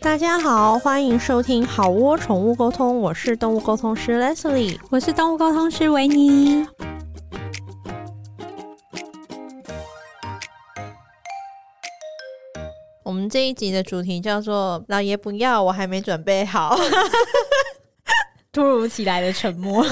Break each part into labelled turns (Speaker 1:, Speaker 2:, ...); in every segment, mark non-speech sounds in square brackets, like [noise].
Speaker 1: 大家好，欢迎收听好窝宠物沟通，我是动物沟通师 Leslie。
Speaker 2: 我是动物沟通师维尼。
Speaker 1: 我们这一集的主题叫做“老爷不要，我还没准备好
Speaker 2: 突如其来的沉
Speaker 1: [laughs]
Speaker 2: 默，”，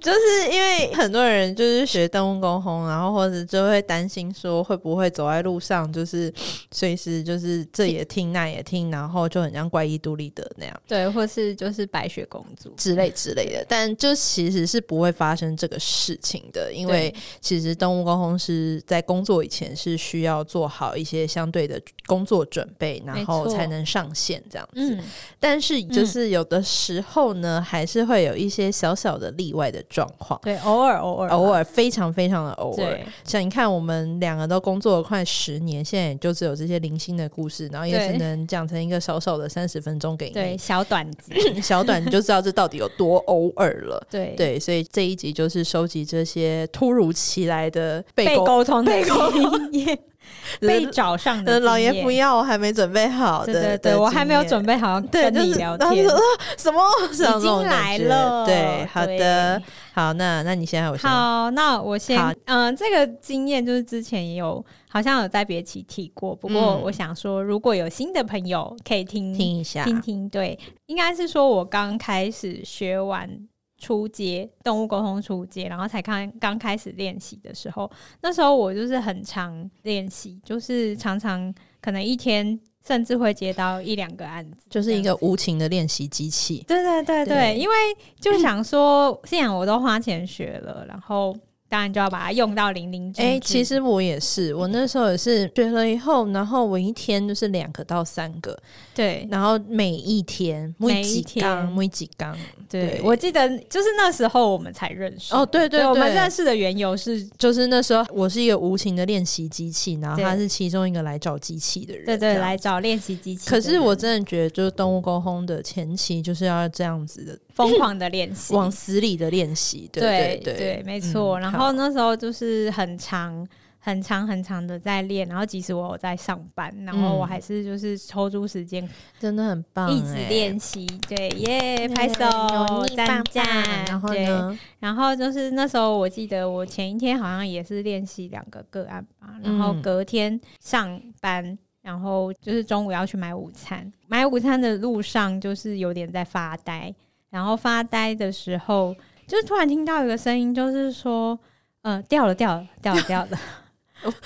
Speaker 1: 就是因为很多人就是学动物沟通，然后或者就会担心说会不会走在路上就是随时就是这也听那也听，然后就很像怪异杜立德那样。
Speaker 2: 对，或是就是白雪公主，
Speaker 1: 之类之类的，但就其实是不会发生这个事情的，因为
Speaker 2: 对
Speaker 1: 其实动物沟通师在工作以前是需要做好一些相对的工作准备，然后
Speaker 2: 没错
Speaker 1: 才能上线这样子。
Speaker 2: 嗯，
Speaker 1: 但是就是有的时候呢，还是会有一些小小的例外的状况，
Speaker 2: 对，偶尔偶尔
Speaker 1: 偶，尔非常非常的偶尔。
Speaker 2: 对
Speaker 1: 像你看，我们两个都工作了快十年，现在也就只有这些零星的故事，然后也
Speaker 2: 对
Speaker 1: 只能讲成一个小小的三十分钟给
Speaker 2: 对，
Speaker 1: 你。
Speaker 2: 小短
Speaker 1: [laughs]
Speaker 2: 集，
Speaker 1: [clears throat] 小短你就知道这到底有多偶尔了。
Speaker 2: 对
Speaker 1: 对，所以这一集就是收集这些突如其来的
Speaker 2: 被
Speaker 1: 沟
Speaker 2: 沟通的经验， [laughs] 被找上
Speaker 1: 呃
Speaker 2: 的
Speaker 1: 老爷
Speaker 2: 经验
Speaker 1: 不。要，我还没准备好的。
Speaker 2: 对对对，我还没有准
Speaker 1: 备。
Speaker 2: 备好
Speaker 1: 对，
Speaker 2: 跟
Speaker 1: 就是
Speaker 2: 你聊
Speaker 1: 然后
Speaker 2: 天
Speaker 1: 就，说啊什么？像
Speaker 2: 已
Speaker 1: 这种
Speaker 2: 经
Speaker 1: 感
Speaker 2: 来
Speaker 1: 觉
Speaker 2: 了。
Speaker 1: 对，好的，好，那那你先，还有我先。
Speaker 2: 好，那我先
Speaker 1: 好，
Speaker 2: 嗯、这个经验就是之前也有，好像有在别期提过。不过
Speaker 1: 嗯
Speaker 2: 我想说，如果有新的朋友可以听
Speaker 1: 听一下，
Speaker 2: 听听，对，应该是说我刚开始学完初阶动物沟通初阶，然后才刚刚开始练习的时候，那时候我就是很常练习，就是常常可能一天甚至会接到一两个案子，
Speaker 1: 就是一个无情的练习机器。
Speaker 2: 对对对对，
Speaker 1: 对
Speaker 2: 因为就想说，既然我都花钱学了，然后当然就要把它用到淋漓尽致。
Speaker 1: 哎、其实我也是，我那时候也是学了以后，然后我一天就是两个到三个，
Speaker 2: 对
Speaker 1: 然后每一天，
Speaker 2: 嗯每一
Speaker 1: 几
Speaker 2: 天
Speaker 1: 缸，每几缸，
Speaker 2: 对
Speaker 1: 对，
Speaker 2: 我记得就是那时候我们才认识
Speaker 1: 哦对对
Speaker 2: 我们
Speaker 1: 对
Speaker 2: 认识的缘由是，
Speaker 1: 就是那时候我是一个无情的练习机器，然后
Speaker 2: 对
Speaker 1: 他是其中一个来找机器的人，
Speaker 2: 对
Speaker 1: 这
Speaker 2: 对，
Speaker 1: 样
Speaker 2: 来。找练习机器的
Speaker 1: 可
Speaker 2: 人。
Speaker 1: 是我真的觉得，就是动物沟通的前期就是要这样子的，
Speaker 2: 疯狂的练习，
Speaker 1: 往死里的练习，对
Speaker 2: 对
Speaker 1: 对
Speaker 2: 没错。
Speaker 1: 嗯
Speaker 2: 然
Speaker 1: 好
Speaker 2: 后那时候就是很长、很长、很长的在练，然后即使我有在上班，然后我
Speaker 1: 嗯
Speaker 2: 还是就是抽出时间
Speaker 1: 真的很棒、
Speaker 2: 一直
Speaker 1: 哎
Speaker 2: 练习。对，耶，
Speaker 1: 对
Speaker 2: 拍手
Speaker 1: 油腻
Speaker 2: 赞
Speaker 1: 棒
Speaker 2: 赞
Speaker 1: 棒。然后
Speaker 2: 对？
Speaker 1: 呢，
Speaker 2: 然后就是那时候我记得我前一天好像也是练习两个个案吧，然后
Speaker 1: 嗯
Speaker 2: 隔天上班。然后就是中午要去买午餐，买午餐的路上就是有点在发呆，然后发呆的时候，就是突然听到一个声音，就是说，呃，掉了，掉了，掉了，掉 [laughs] 了。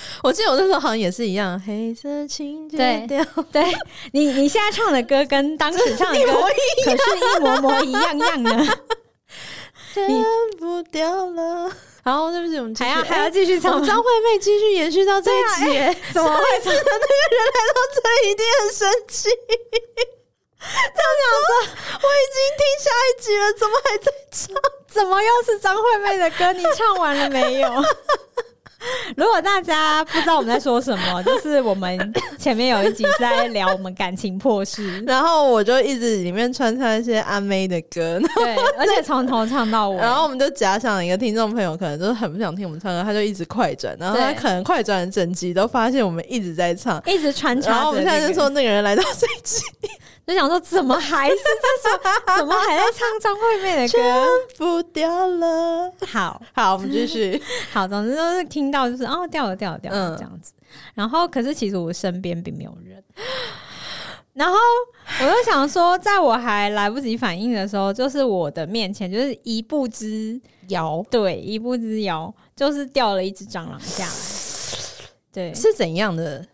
Speaker 1: [laughs] 我记得我那时候好像也是一样，黑色情节
Speaker 2: 对
Speaker 1: 调，
Speaker 2: 对你，你现在唱的歌跟当时唱的歌可是一模模一样样的， [laughs]
Speaker 1: 扔不掉了。好，对不起，我们继
Speaker 2: 还
Speaker 1: 续
Speaker 2: 要还要
Speaker 1: 哎
Speaker 2: 继续
Speaker 1: 我
Speaker 2: 唱
Speaker 1: 们，张惠妹继续延续到这一
Speaker 2: [laughs]
Speaker 1: 集，哎
Speaker 2: 啊怎么会
Speaker 1: 上一次的那个人来到这里一定很生
Speaker 2: [laughs]
Speaker 1: 气。他想说：“我已经听下一集了，怎么还在唱？，
Speaker 2: 怎么又是张惠妹的歌？你唱完了没有？ [laughs] 如果大家不知道我们在说什么，就是我们前面有一集是在聊我们感情破事
Speaker 1: 然后我就一直里面穿插一些阿妹的歌，
Speaker 2: 对，而且从头唱到尾，
Speaker 1: 然后我们就假想一个听众朋友可能就是很不想听我们唱歌，他就一直快转，然后他
Speaker 2: 对
Speaker 1: 可能快转整集都发现我们一直在唱。
Speaker 2: 一直穿
Speaker 1: 然
Speaker 2: 插着、那个
Speaker 1: 后我们现在就说那个人来到这一集，
Speaker 2: 就想说，怎么还是这
Speaker 1: [laughs]
Speaker 2: 首？怎么还在唱张惠妹的歌？
Speaker 1: 不掉了。
Speaker 2: 好
Speaker 1: 好，我们继续。
Speaker 2: 好，总之就是听到就是哦，掉了掉了掉了、
Speaker 1: 嗯
Speaker 2: 这样子。然后，可是其实我身边并没有人。然后我就想说，在我还来不及反应的时候，就是我的面前就是一步之
Speaker 1: [laughs] 摇
Speaker 2: 对一步之遥，就是掉了一只蟑螂下来。对，
Speaker 1: 是怎样的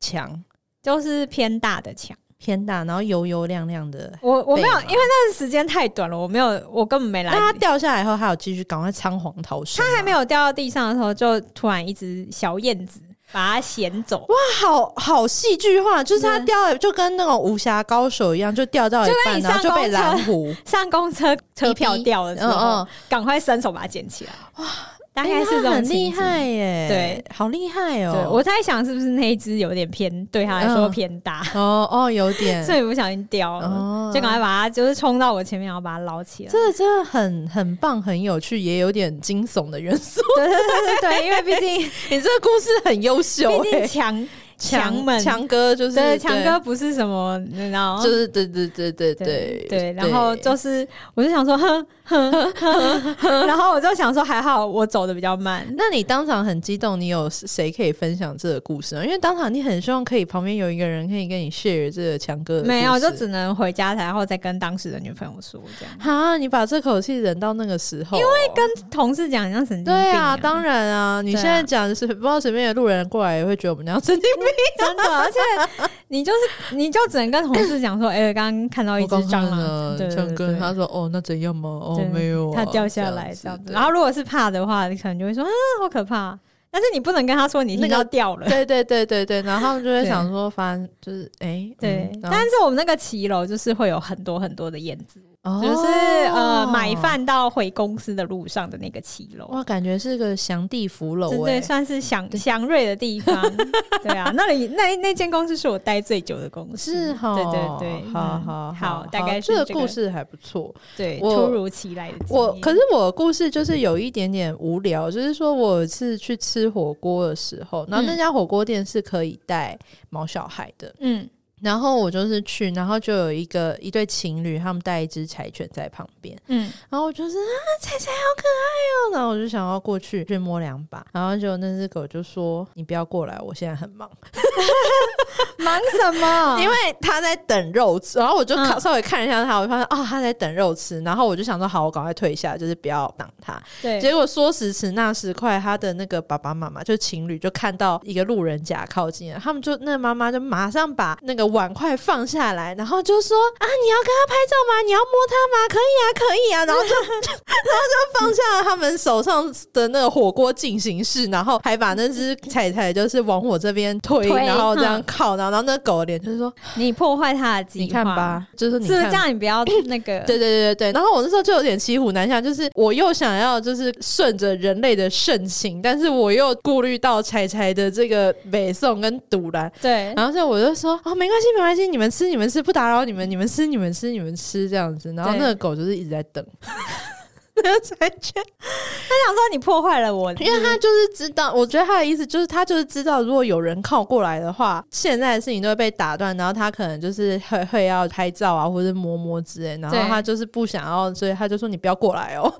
Speaker 1: 墙
Speaker 2: 就是偏大的墙。
Speaker 1: 偏大，然后油油亮亮的
Speaker 2: 我我没有，
Speaker 1: 背吗
Speaker 2: 因为那个时间太短了，我没有，我根本没来得及。
Speaker 1: 那它掉下来以后，还有继续赶快仓皇逃生吗。
Speaker 2: 它还没有掉到地上的时候，就突然一只小燕子把它衔走。
Speaker 1: 它好好戏剧化，就是它
Speaker 2: 对
Speaker 1: 掉了，就跟那种武侠高手一样，就掉到一
Speaker 2: 就跟
Speaker 1: 半，
Speaker 2: 你
Speaker 1: 然后就
Speaker 2: 上
Speaker 1: 被
Speaker 2: 公车
Speaker 1: 蓝湖。
Speaker 2: 上公车车票
Speaker 1: 滴滴
Speaker 2: 掉了之
Speaker 1: 嗯
Speaker 2: 后
Speaker 1: 嗯，
Speaker 2: 赶、快伸手把它捡起来。哇，大概
Speaker 1: 哎
Speaker 2: 是这
Speaker 1: 它
Speaker 2: 种
Speaker 1: 很
Speaker 2: 情
Speaker 1: 厉
Speaker 2: 景。
Speaker 1: 害耶，
Speaker 2: 对，
Speaker 1: 好厉害
Speaker 2: 对，
Speaker 1: 哦。
Speaker 2: 我在想是不是那一只有点偏，对他来说
Speaker 1: 嗯
Speaker 2: 偏大，
Speaker 1: 哦哦，有 [laughs] 点，
Speaker 2: 所以不小心掉了，
Speaker 1: 哦
Speaker 2: 就赶快把它就是冲到我前面，然后把它捞起来。
Speaker 1: 这个真的很很棒，很有趣，也有点惊悚的元素。 [laughs]
Speaker 2: 对对对对对，因为毕竟
Speaker 1: 你这个故事很优秀
Speaker 2: [laughs] 毕竟
Speaker 1: 哎，
Speaker 2: 墙强门
Speaker 1: 强哥就是
Speaker 2: 对，强哥不是什么，你知道
Speaker 1: 对，就是对对对对
Speaker 2: 对
Speaker 1: 对
Speaker 2: 对，然后就是，我就想说，哼哼哼
Speaker 1: [laughs]
Speaker 2: 哼，然后我就想说，还好我走的比较慢，
Speaker 1: 那你当场很激动，你有谁可以分享这个故事吗？因为当场你很希望可以旁边有一个人可以跟你 share 这个强哥的故事，
Speaker 2: 没有，就只能回家，然后再跟当时的女朋友说这样。
Speaker 1: 哈，你把这口气忍到那个时候，因为
Speaker 2: 跟同事讲，你像神经病、
Speaker 1: [laughs] 对啊，
Speaker 2: 啊，
Speaker 1: 当然啊，你
Speaker 2: 对啊
Speaker 1: 现在讲是不知道随便的路人过来也会觉得我们俩神经病，
Speaker 2: [laughs] 真的，而且你就是你就只能跟同事讲说，哎、我刚刚看到一只
Speaker 1: 我刚
Speaker 2: 蟑
Speaker 1: 看
Speaker 2: 螂，
Speaker 1: 了
Speaker 2: 对对
Speaker 1: 强
Speaker 2: 对
Speaker 1: 哥，他说哦，那怎样吗？哦
Speaker 2: 对，
Speaker 1: 没有啊，
Speaker 2: 它掉下来这样子。然 [laughs]
Speaker 1: 后
Speaker 2: 后如果是怕的话，你可能就会说，啊，好可怕。但是你不能跟他说你听
Speaker 1: 那
Speaker 2: 到
Speaker 1: 个
Speaker 2: 掉了。
Speaker 1: 对对对对对，然后他们就会
Speaker 2: 对
Speaker 1: 想说，反正就是哎，
Speaker 2: 对，
Speaker 1: 嗯然后
Speaker 2: 但是我们那个骑楼就是会有很多很多的燕子，
Speaker 1: 哦
Speaker 2: 就是呃买饭到回公司的路上的那个骑楼，
Speaker 1: 哇，感觉是个祥地福楼
Speaker 2: 真
Speaker 1: 哎
Speaker 2: 的，算
Speaker 1: [laughs]
Speaker 2: 是祥祥瑞的地方。对啊，那里那那间公司是我待最久的公司，
Speaker 1: 是哈，
Speaker 2: 对对对，
Speaker 1: 好
Speaker 2: 嗯
Speaker 1: 好
Speaker 2: 好，大概是
Speaker 1: 这个
Speaker 2: 这
Speaker 1: 故，事还不错。
Speaker 2: 对，
Speaker 1: 我
Speaker 2: 突如其来的经
Speaker 1: 我
Speaker 2: 验
Speaker 1: 可是我的故事就是有一点点无聊，就是说我有一次去吃火锅的时候，然后那家火锅店是可以带毛小孩的，
Speaker 2: 嗯
Speaker 1: 然后我就是去，然后就有一个一对情侣，他们带一只柴犬在旁边，
Speaker 2: 嗯
Speaker 1: 然后我就是啊，柴柴好可爱哦，然后我就想要过去去摸两把，然后就那只狗就说：“你不要过来，我现在很忙。”
Speaker 2: 忙什么？
Speaker 1: 因为他在等肉吃，然后我就看
Speaker 2: 嗯
Speaker 1: 稍微看了一下他，我就发现哦他在等肉吃，然后我就想说好，我赶快退下，就是不要挡他。
Speaker 2: 对，
Speaker 1: 结果说时迟那时快，他的那个爸爸妈妈就情侣就看到一个路人甲靠近了，他们就那妈妈就马上把那个碗筷放下来，然后就说啊你要跟他拍照吗？你要摸他吗？可以啊，可以啊，然后就 [laughs] 然后就放下了他们手上的那个火锅进行式，然后还把那只彩彩就是往我这边推，
Speaker 2: 推
Speaker 1: 然后这样
Speaker 2: 嗯
Speaker 1: 靠，然后然后那狗的脸就是说。
Speaker 2: 你破坏他的计划，
Speaker 1: 你看吧，就是
Speaker 2: 是
Speaker 1: 你
Speaker 2: 不是
Speaker 1: 看
Speaker 2: 这样？你
Speaker 1: [coughs]
Speaker 2: 不要那个，
Speaker 1: 对对对对对，然后我那时候就有点骑虎难下，就是我又想要就是顺着人类的盛情，但是我又顾虑到柴柴的这个北宋跟堵兰， [laughs]
Speaker 2: 对
Speaker 1: 然后所以我就说哦，没关系没关系，你们吃你们吃，不打扰你们，你们吃你们吃你们吃这样子，然后
Speaker 2: 对
Speaker 1: 那个狗就是一直在等。那个柴犬，
Speaker 2: 他想说你破坏了我，
Speaker 1: 因为他就是知道，我觉得他的意思就是他就是知道，如果有人靠过来的话，现在的事情都会被打断，然后他可能就是会会要拍照啊，或者是摸摸之类，然后
Speaker 2: 对
Speaker 1: 他就是不想要，所以他就说你不要过来哦。 [laughs]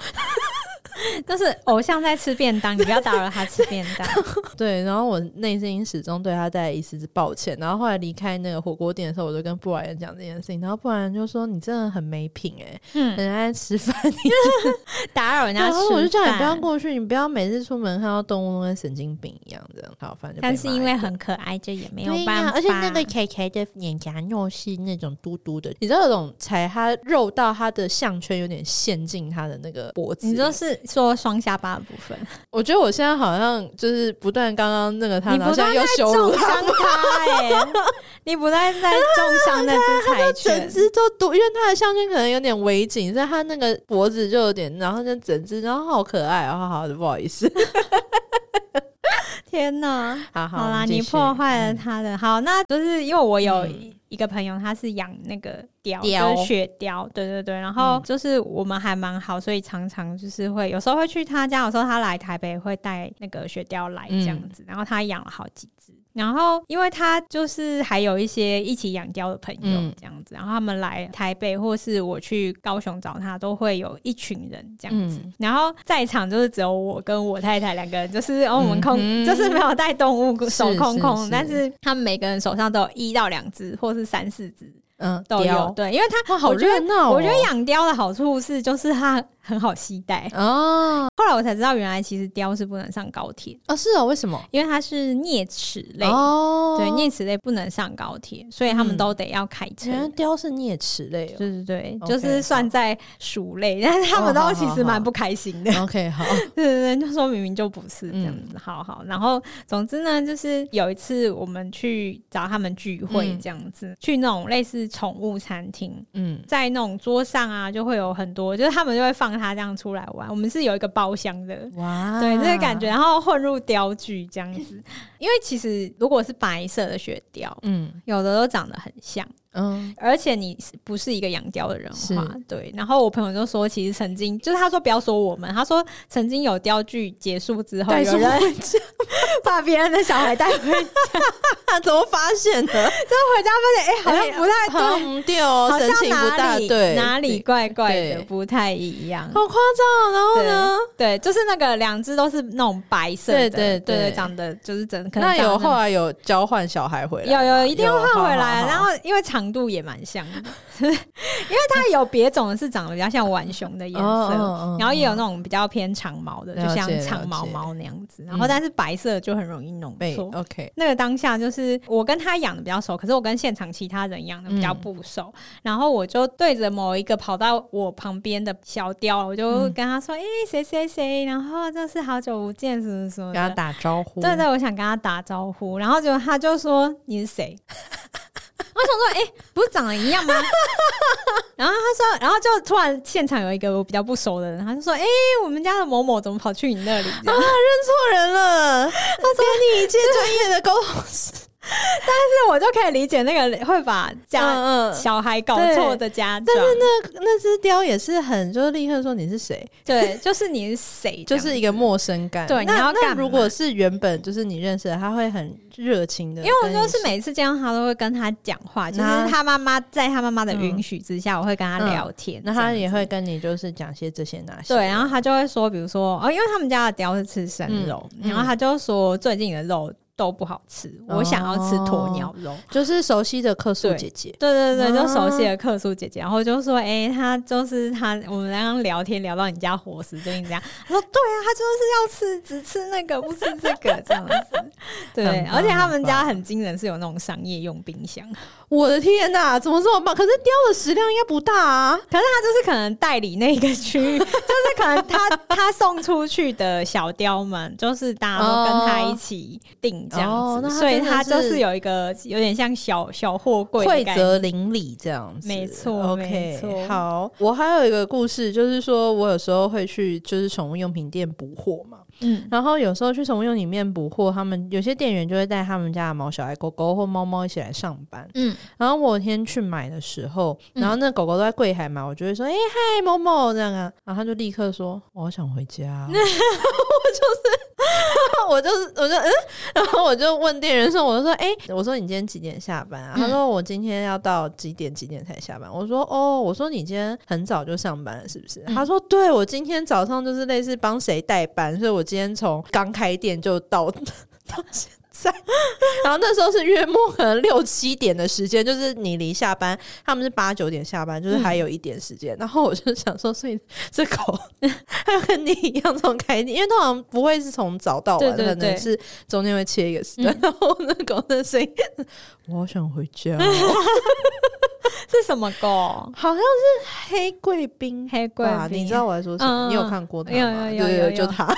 Speaker 2: 就是偶像在吃便当，你不要打扰他吃便当。
Speaker 1: [laughs] 对，然后我内心始终对他带来一丝丝抱歉。然后后来离开那个火锅店的时候，我就跟布莱恩讲这件事情，然后布莱恩就说你真的很没品哎、
Speaker 2: 嗯，
Speaker 1: 很爱吃饭，
Speaker 2: 打扰人家
Speaker 1: 然
Speaker 2: 吃
Speaker 1: 后我就叫你不要
Speaker 2: 饭
Speaker 1: 过去，你不要每次出门看到动物都跟神经病一样这样。好，反正就被
Speaker 2: 但是
Speaker 1: 骂
Speaker 2: 因
Speaker 1: 一
Speaker 2: 为
Speaker 1: 顿
Speaker 2: 很可爱，这也没有
Speaker 1: 对
Speaker 2: 办
Speaker 1: 呀，
Speaker 2: 法。
Speaker 1: 而且那个柴柴的脸颊肉是那种嘟嘟的，你知道那种柴，它肉到它的项圈有点陷进它的那个脖子。
Speaker 2: 你就是说双下巴的部分，
Speaker 1: 我觉得我现在好像就是不断刚刚那个他，
Speaker 2: 你
Speaker 1: 然后
Speaker 2: 不
Speaker 1: 现
Speaker 2: 断
Speaker 1: 在
Speaker 2: 在
Speaker 1: 又羞辱
Speaker 2: 重
Speaker 1: 他，
Speaker 2: 伤他哎、你不断在重伤那
Speaker 1: [laughs]
Speaker 2: 只柴
Speaker 1: 整
Speaker 2: 犬。
Speaker 1: 只都嘟，因为它的项圈可能有点围紧，所以它那个脖子就有点，然后就整只，然后好可爱哦，好好的，不好意思，
Speaker 2: 天哪！
Speaker 1: 好
Speaker 2: 好
Speaker 1: 我
Speaker 2: 啦，
Speaker 1: 们继
Speaker 2: 你
Speaker 1: 续
Speaker 2: 破坏了
Speaker 1: 嗯
Speaker 2: 他的。好，那就是因为我有
Speaker 1: 嗯
Speaker 2: 一个朋友，他是养那个雕，
Speaker 1: 雕
Speaker 2: 就是雪雕，对对对。然后
Speaker 1: 嗯
Speaker 2: 就是我们还蛮好，所以常常就是会有时候会去他家，有时候他来台北会带那个雪雕来这
Speaker 1: 嗯
Speaker 2: 样子。然后他养了好几只。然后，因为他就是还有一些一起养雕的朋友
Speaker 1: 嗯
Speaker 2: 这样子，然后他们来台北或是我去高雄找他，都会有一群人这样子。
Speaker 1: 嗯
Speaker 2: 然后在场就是只有我跟我太太两个人，就是哦，我们空、
Speaker 1: 嗯哼
Speaker 2: 就是没有带动物
Speaker 1: 是
Speaker 2: 手空空，
Speaker 1: 是是
Speaker 2: 但是他们每个人手上都有一到两只，或是三四只
Speaker 1: 嗯，
Speaker 2: 都有
Speaker 1: 雕。
Speaker 2: 对，因为它
Speaker 1: 哇，好
Speaker 2: 我觉得
Speaker 1: 热闹哦，
Speaker 2: 我觉得养貂的好处是，就是它很好携带。
Speaker 1: 哦
Speaker 2: 后来我才知道，原来其实貂是不能上高铁，
Speaker 1: 哦是哦，为什么？
Speaker 2: 因为它是啮齿类，
Speaker 1: 哦，
Speaker 2: 对，啮齿类不能上高铁，所以他们
Speaker 1: 嗯
Speaker 2: 都得要开车。
Speaker 1: 原来雕是啮齿类哦。
Speaker 2: 对对对，
Speaker 1: OK，
Speaker 2: 就是算在鼠类，但是他们
Speaker 1: 哦
Speaker 2: 都
Speaker 1: 好
Speaker 2: 其
Speaker 1: 好
Speaker 2: 实蛮
Speaker 1: 好
Speaker 2: 不开心的。
Speaker 1: OK，好，
Speaker 2: [laughs] 对对对，就说明明就不是这样子，好好。然后总之呢，就是有一次我们去找他们聚会
Speaker 1: 嗯
Speaker 2: 这样子，去那种类似宠物餐厅。
Speaker 1: 嗯，
Speaker 2: 在那种桌上啊，就会有很多，就是他们就会放它这样出来玩。我们是有一个包厢的，
Speaker 1: 哇
Speaker 2: 对这个感觉，，然后混入雕具这样子。 [laughs] 因为其实如果是白色的雪貂，
Speaker 1: 嗯
Speaker 2: 有的都长得很像，
Speaker 1: [laughs] 嗯，
Speaker 2: 而且你是不是一个养貂的人的话
Speaker 1: 是，
Speaker 2: 对。然后我朋友就说，其实曾经就是他说不要说我们，他说曾经有貂剧结束之后，
Speaker 1: 带 [laughs]
Speaker 2: 有
Speaker 1: 出
Speaker 2: 人
Speaker 1: 回家，
Speaker 2: 把别人的小孩带回，回
Speaker 1: [laughs] 怎么发现的？
Speaker 2: 家发现哎， [laughs] 好像不太
Speaker 1: 好像
Speaker 2: 对，
Speaker 1: 不对哦，
Speaker 2: 好
Speaker 1: 神
Speaker 2: 像
Speaker 1: 情不
Speaker 2: 哪
Speaker 1: 大
Speaker 2: 里
Speaker 1: 对，
Speaker 2: 哪里怪怪的，
Speaker 1: 对
Speaker 2: 不太一样。
Speaker 1: 好夸
Speaker 2: 啊
Speaker 1: 张哦。然后呢？
Speaker 2: 对，就是那个两只都是那种白色的，
Speaker 1: 对
Speaker 2: 对
Speaker 1: 对对
Speaker 2: 长得就是真的可能
Speaker 1: 那
Speaker 2: 长得
Speaker 1: 有
Speaker 2: 很
Speaker 1: 后来有交换小孩回来
Speaker 2: 有
Speaker 1: 吗，
Speaker 2: 有一定要
Speaker 1: 好
Speaker 2: 换回来，
Speaker 1: 好好
Speaker 2: 然后因为长度也蛮像的， [laughs] 因为它有别种的是长得比较像浣熊的颜色，
Speaker 1: 哦哦哦
Speaker 2: 然后也有那种比较偏长毛的，
Speaker 1: 了解
Speaker 2: 就像长毛猫那样子，然后
Speaker 1: 嗯
Speaker 2: 但是白色就很容易弄
Speaker 1: 被哦
Speaker 2: 错。
Speaker 1: OK，
Speaker 2: 那个当下就是我跟他养的比较熟，可是我跟现场其他人养的比
Speaker 1: 嗯
Speaker 2: 较不熟，然后我就对着某一个跑到我旁边的小雕，我就
Speaker 1: 嗯
Speaker 2: 跟他说：“诶、谁谁谁，然后就是好久不见，什么什么
Speaker 1: 跟
Speaker 2: 的。”
Speaker 1: 他打招呼，
Speaker 2: 对对，我想跟他打招呼，然后结果他就说你是谁？ [laughs] 我想说，哎、不是长得一样吗？ [laughs] 然后他说，然后就突然现场有一个我比较不熟的人，他就说，哎、我们家的某某怎么跑去你那里？
Speaker 1: [laughs]
Speaker 2: 这样
Speaker 1: 错人了，他给你一切专业的沟
Speaker 2: [laughs]
Speaker 1: 通师，
Speaker 2: 但是我就可以理解那个会把家、
Speaker 1: 嗯嗯。
Speaker 2: 小孩搞错的家长，
Speaker 1: 但是那那只雕也是很，就是立刻说你是谁，
Speaker 2: 对，就是你是谁？
Speaker 1: [laughs] 就
Speaker 2: 这样
Speaker 1: 是一个陌生感。
Speaker 2: 对
Speaker 1: 那
Speaker 2: 你要干
Speaker 1: 那
Speaker 2: 嘛
Speaker 1: 如果是原本就是你认识的，他会很热情的，
Speaker 2: 因为我就是每次见到他都会跟他讲话，就是
Speaker 1: 那
Speaker 2: 他妈妈在他妈妈的
Speaker 1: 嗯
Speaker 2: 允许之下，我会跟他
Speaker 1: 嗯
Speaker 2: 聊天，
Speaker 1: 那
Speaker 2: 这
Speaker 1: 他
Speaker 2: 样
Speaker 1: 也
Speaker 2: 子
Speaker 1: 会跟你就是讲些这些那些。
Speaker 2: 对，然后他就会说，比如说，哦，因为他们家的雕是吃生肉，
Speaker 1: 嗯
Speaker 2: 然后他就说最近的肉都不好吃，
Speaker 1: 哦
Speaker 2: 我想要吃鸵鸟肉。
Speaker 1: 就是熟悉的客诉
Speaker 2: 对
Speaker 1: 姐姐，
Speaker 2: 对对对，
Speaker 1: 啊
Speaker 2: 就熟悉的克苏姐姐，然后就说，哎、她就是她，我们刚刚聊天聊到你家伙食最近这样，她说对啊，她就是要吃只吃那个，不吃这个这样子。 [laughs] 对
Speaker 1: 很，棒
Speaker 2: 而且他们
Speaker 1: 很
Speaker 2: 家
Speaker 1: 棒
Speaker 2: 很惊人，是有那种商业用冰箱，
Speaker 1: 我的天哪、怎么这么棒？可是雕的食量应该不大啊。
Speaker 2: 可是他就是可能代理那个区 [laughs] 域，就是可能他他送出去的小雕们，就是大家都跟他一起订这样子，
Speaker 1: 哦那他
Speaker 2: 所以
Speaker 1: 真的
Speaker 2: 他就是是有一个有点像小小货柜的
Speaker 1: 惠
Speaker 2: 概念
Speaker 1: 泽邻里这样子，
Speaker 2: 没错没
Speaker 1: ，OK，
Speaker 2: 错
Speaker 1: 好。我还有一个故事，就是说我有时候会去就是宠物用品店补货嘛，
Speaker 2: 嗯
Speaker 1: 然后有时候去宠物用品店补货，他们有些店员就会带他们家的毛小孩、狗狗或猫猫一起来上班。
Speaker 2: 嗯，
Speaker 1: 然后我有一天去买的时候，
Speaker 2: 嗯
Speaker 1: 然后那狗狗都在柜台嘛，我就会说：“哎、嗨，某某这样啊。”然后他就立刻说：“ [laughs] 我好想回家哦。”我就是，我就是，我就嗯，然后我就问店员说：“我就说，哎、我说你今天几点下班啊？”
Speaker 2: 嗯
Speaker 1: 他说：“我今天要到几点几点才下班。”我说：“哦，我说你今天很早就上班了，是不是？”
Speaker 2: 嗯
Speaker 1: 他说：“对，我今天早上就是类似帮谁代班，所以我今天从刚开店就到到现在。”然后那时候是月末可能六七点的时间，就是你离下班，他们是八九点下班，就是
Speaker 2: 嗯
Speaker 1: 还有一点时间。然后我就想说，所以这狗它要跟你一样从开店，因为通常不会是从早到晚，
Speaker 2: 对对对嗯
Speaker 1: 可能是中间会切一个时段。然后那狗的声音，我好想回家哦，
Speaker 2: [laughs] 是什么狗？
Speaker 1: 好像是黑贵宾
Speaker 2: 嗯黑贵
Speaker 1: 吧？
Speaker 2: 宾
Speaker 1: 你知道我在说什
Speaker 2: 嗯
Speaker 1: 么？
Speaker 2: 嗯
Speaker 1: 你有看过它
Speaker 2: 有
Speaker 1: 吗？
Speaker 2: 有
Speaker 1: 对
Speaker 2: 有
Speaker 1: 对
Speaker 2: 有
Speaker 1: 对，就
Speaker 2: 有 [laughs]
Speaker 1: 它。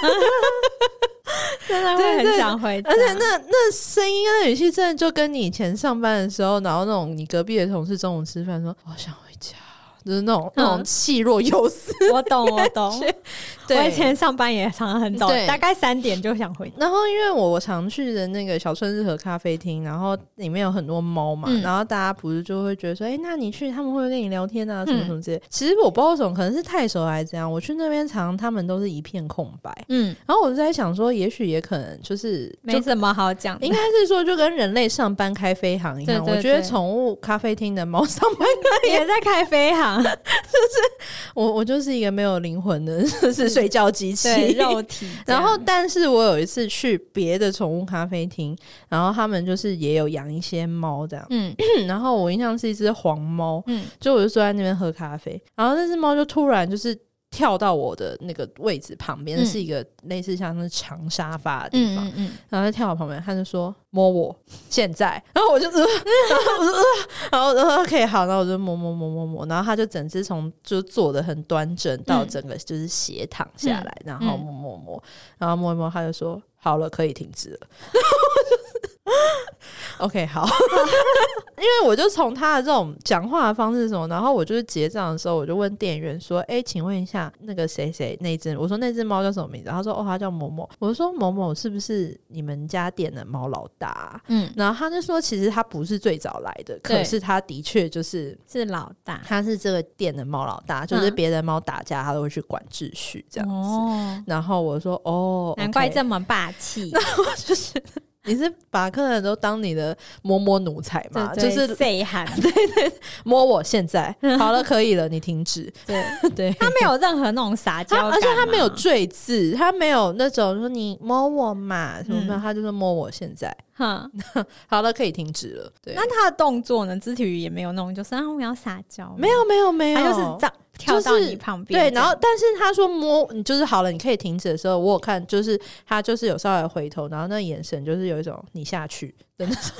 Speaker 2: 真的会
Speaker 1: 对
Speaker 2: 很
Speaker 1: 对
Speaker 2: 想回家，
Speaker 1: 而且那那声音跟那语气，真的就跟你以前上班的时候，然后那种你隔壁的同事中午吃饭说“我想回家”，就是那种、那种气若游丝。
Speaker 2: 我懂我懂， [laughs] 我以前上班也常常很早，
Speaker 1: 对
Speaker 2: 大概三点就想回家。
Speaker 1: 然后因为我我常去的那个小春日和咖啡厅，然后里面有很多猫嘛，
Speaker 2: 嗯
Speaker 1: 然后大家不是就会觉得说，哎、那你去他们会不会跟你聊天啊，什么什么之类。其实我不知道为什么，可能是太熟还是怎样，我去那边常他们都是一片空白。
Speaker 2: 嗯，
Speaker 1: 然后我就在想说，也许也可能就是
Speaker 2: 没什么好讲的 [laughs]
Speaker 1: 应。该是说，就跟人类上班开飞航一样，
Speaker 2: 对对
Speaker 1: 我觉得
Speaker 2: 对
Speaker 1: 宠物咖啡厅的猫上班，
Speaker 2: 也在开飞航，
Speaker 1: [laughs] 我我就是一个没有灵魂的， [laughs] 就是睡觉机器。
Speaker 2: 嗯对肉体这
Speaker 1: [laughs] 然
Speaker 2: 样，
Speaker 1: 后，但是我有一次去别的宠物咖啡厅，然后他们就是也有养一些猫这样，
Speaker 2: 嗯
Speaker 1: [clears throat] 然后我印象是一只黄猫，
Speaker 2: 嗯
Speaker 1: 就我就坐在那边喝咖啡，然后那只猫就突然就是跳到我的那个位置旁边，
Speaker 2: 嗯
Speaker 1: 是一个类似像是长沙发的地方，
Speaker 2: 嗯嗯
Speaker 1: 然后他跳到旁边，他就说摸我，现在，然后我就， [laughs] 呃、然后我就，呃、然后我就呃 OK 好，然后我就摸摸摸摸摸，然后他就整只从就坐的很端正到
Speaker 2: 嗯
Speaker 1: 整个就是斜躺下来，然后
Speaker 2: 嗯
Speaker 1: 摸摸摸，然后摸一摸，他就说好了，可以停止了。然 OK，好，
Speaker 2: [laughs]
Speaker 1: 因为我就从他的这种讲话的方式什么，然后我就是结账的时候，我就问店员说：“哎、请问一下，那个谁谁那只，我说那只猫叫什么名字？”他说：“哦，它叫某某。”我就说：“某某是不是你们家店的猫老大啊、
Speaker 2: 嗯，
Speaker 1: 然后他就说：“其实他不是最早来的，可
Speaker 2: 对
Speaker 1: 是他的确就是
Speaker 2: 是老大
Speaker 1: 他是这个店的猫老大，就是
Speaker 2: 嗯
Speaker 1: 别的猫打架他都会去管秩序这样子。
Speaker 2: 哦，
Speaker 1: 然后我说：“哦，
Speaker 2: 难怪
Speaker 1: OK
Speaker 2: 这么霸气。
Speaker 1: 你是把客人都当你的摸摸奴才嘛？
Speaker 2: 对
Speaker 1: 就是 [laughs]
Speaker 2: 岁寒，
Speaker 1: 摸我现
Speaker 2: [laughs]
Speaker 1: 在好了，可以了，你停止。
Speaker 2: 对
Speaker 1: 对
Speaker 2: 他没有任何那种撒娇
Speaker 1: 他，
Speaker 2: 感嘛，
Speaker 1: 而且他没有赘字，他没有那种说你摸我嘛什么的，
Speaker 2: 嗯
Speaker 1: 他就是摸我现在
Speaker 2: 哼。
Speaker 1: 好了，可以停止了。对，
Speaker 2: [laughs] 那他的动作呢？肢体语言没有那种，就是啊，我要撒娇，
Speaker 1: 没有没有没有，
Speaker 2: 他就是这样跳到
Speaker 1: 就是
Speaker 2: 你旁边这
Speaker 1: 对，
Speaker 2: 样，
Speaker 1: 然后但是他说摸你就是好了，你可以停止的时候，我有看，就是他就是有稍微回头，然后那眼神就是有一种你下去的那种，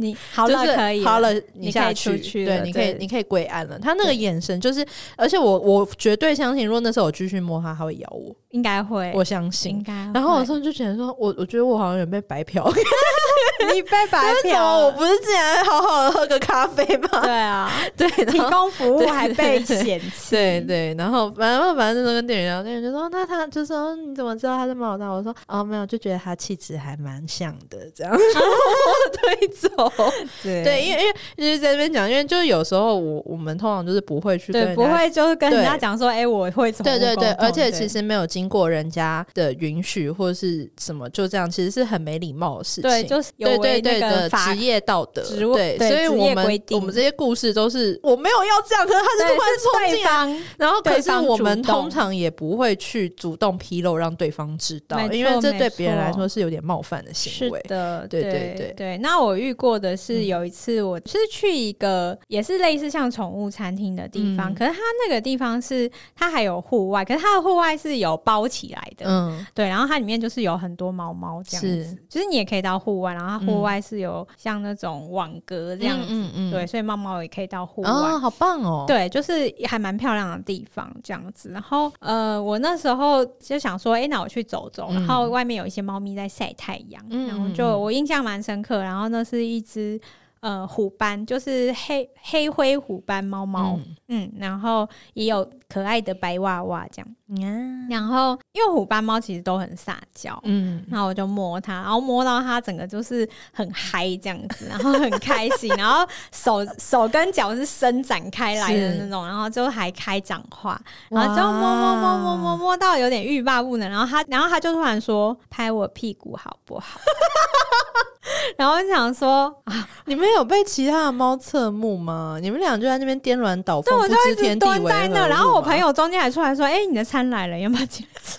Speaker 2: 你好
Speaker 1: 就
Speaker 2: 了
Speaker 1: 是
Speaker 2: 可以
Speaker 1: 好了，
Speaker 2: 你
Speaker 1: 你下
Speaker 2: 可以出去
Speaker 1: 对，
Speaker 2: 了
Speaker 1: 你可以
Speaker 2: 对
Speaker 1: 你可以归案了。他那个眼神就是，而且我我绝对相信，如果那时候我继续摸他，他会咬我，
Speaker 2: 应该会，
Speaker 1: 我相信
Speaker 2: 应。该会。
Speaker 1: 然后我说就觉得说，我我觉得我好像有被白嫖， [laughs] 为
Speaker 2: 你被白
Speaker 1: 什
Speaker 2: 嫖
Speaker 1: 么我
Speaker 2: 了，
Speaker 1: 不是竟然好好的喝个咖啡吗？ [laughs]
Speaker 2: 对啊，
Speaker 1: 对，然
Speaker 2: 提
Speaker 1: 后
Speaker 2: 供服务
Speaker 1: 对
Speaker 2: 还
Speaker 1: 对
Speaker 2: 被
Speaker 1: 对
Speaker 2: 嫌弃，
Speaker 1: 对对，然后反正反正就跟店员聊，店员就说那他就说嗯你怎么知道他是猫老大？我说哦没有，就觉得他气质还蛮像的，这样 [laughs] 然后我推走。
Speaker 2: [laughs] 对
Speaker 1: 对，因为因为就是在这边讲，因为就是有时候我我们通常就是不会去跟
Speaker 2: 对，
Speaker 1: 人家
Speaker 2: 不。会就是跟人家
Speaker 1: 对
Speaker 2: 讲说，哎，我会宠物
Speaker 1: 对对对，
Speaker 2: 沟通
Speaker 1: 而且其实没有经过人家的允许或是什么，就这样，其实是很没礼貌的事情。
Speaker 2: 对，就是有
Speaker 1: 对
Speaker 2: 违
Speaker 1: 对
Speaker 2: 那
Speaker 1: 对
Speaker 2: 个
Speaker 1: 的
Speaker 2: 法
Speaker 1: 职业道德，
Speaker 2: 职务
Speaker 1: 对，
Speaker 2: 对
Speaker 1: 所以
Speaker 2: 职
Speaker 1: 我
Speaker 2: 业规
Speaker 1: 们
Speaker 2: 定
Speaker 1: 我们这些故事都是我没有要这样，可是他
Speaker 2: 对
Speaker 1: 是突然
Speaker 2: 是
Speaker 1: 冲
Speaker 2: 对
Speaker 1: 进来，
Speaker 2: 方
Speaker 1: 然后，可
Speaker 2: 对
Speaker 1: 是
Speaker 2: 方
Speaker 1: 我
Speaker 2: 主
Speaker 1: 们通
Speaker 2: 动
Speaker 1: 常也不会去主动披露让对方知道，
Speaker 2: 没
Speaker 1: 因为
Speaker 2: 错
Speaker 1: 这
Speaker 2: 没
Speaker 1: 对别人来
Speaker 2: 错
Speaker 1: 说是有点冒犯的
Speaker 2: 是
Speaker 1: 行为。
Speaker 2: 的，
Speaker 1: 对对
Speaker 2: 对
Speaker 1: 对
Speaker 2: 那我遇过的是
Speaker 1: 嗯
Speaker 2: 有一次，我是去一个也是类似像宠物餐厅的地方，
Speaker 1: 嗯
Speaker 2: 可是它那个地方是它还有户外，可是它的户外是有包起来的。
Speaker 1: 嗯，
Speaker 2: 对，然后它里面就是有很多毛毛这样子
Speaker 1: 是，
Speaker 2: 就是你也可以到户外，然后它户
Speaker 1: 嗯
Speaker 2: 外是有像那种网格这
Speaker 1: 这
Speaker 2: 样子，
Speaker 1: 嗯嗯
Speaker 2: 对，，所以猫猫也可以到户外。
Speaker 1: 哦，好棒哦，，
Speaker 2: 对，就是还蛮漂亮的地方这样子。然后呃，我那时候就想说，哎、那我去走走。
Speaker 1: 嗯
Speaker 2: 然后外面有一些猫咪在晒太阳，
Speaker 1: 嗯
Speaker 2: 然后
Speaker 1: 嗯
Speaker 2: 就
Speaker 1: 嗯
Speaker 2: 我印象蛮深刻。然后那是一只呃虎斑，就是黑黑灰虎斑猫猫，
Speaker 1: 嗯
Speaker 2: 嗯然后也有可爱的白娃娃这样。
Speaker 1: 呀，
Speaker 2: 然后因为虎斑猫其实都很撒娇。
Speaker 1: 嗯，
Speaker 2: 然后我就摸它，然后摸到它整个就是很嗨这样子，然后很开心，然后手手跟脚是伸展开来的
Speaker 1: 是
Speaker 2: 那种，然后就还开讲话，然后就摸摸摸摸摸摸到有点欲罢不能，然后它然后它就突然说拍我屁股好不好？ [laughs] 然后我就想说，
Speaker 1: 你们有被其他的猫侧目吗？你们俩就在那边颠鸾倒
Speaker 2: 对，
Speaker 1: 凤，
Speaker 2: 我
Speaker 1: 不
Speaker 2: 就
Speaker 1: 知
Speaker 2: 一直
Speaker 1: 天地
Speaker 2: 蹲
Speaker 1: 为
Speaker 2: 在
Speaker 1: 何
Speaker 2: 那，
Speaker 1: 物
Speaker 2: 然后我朋
Speaker 1: 嘛，
Speaker 2: 友中间还出来说：“哎、你的餐来了，要不要进来吃？”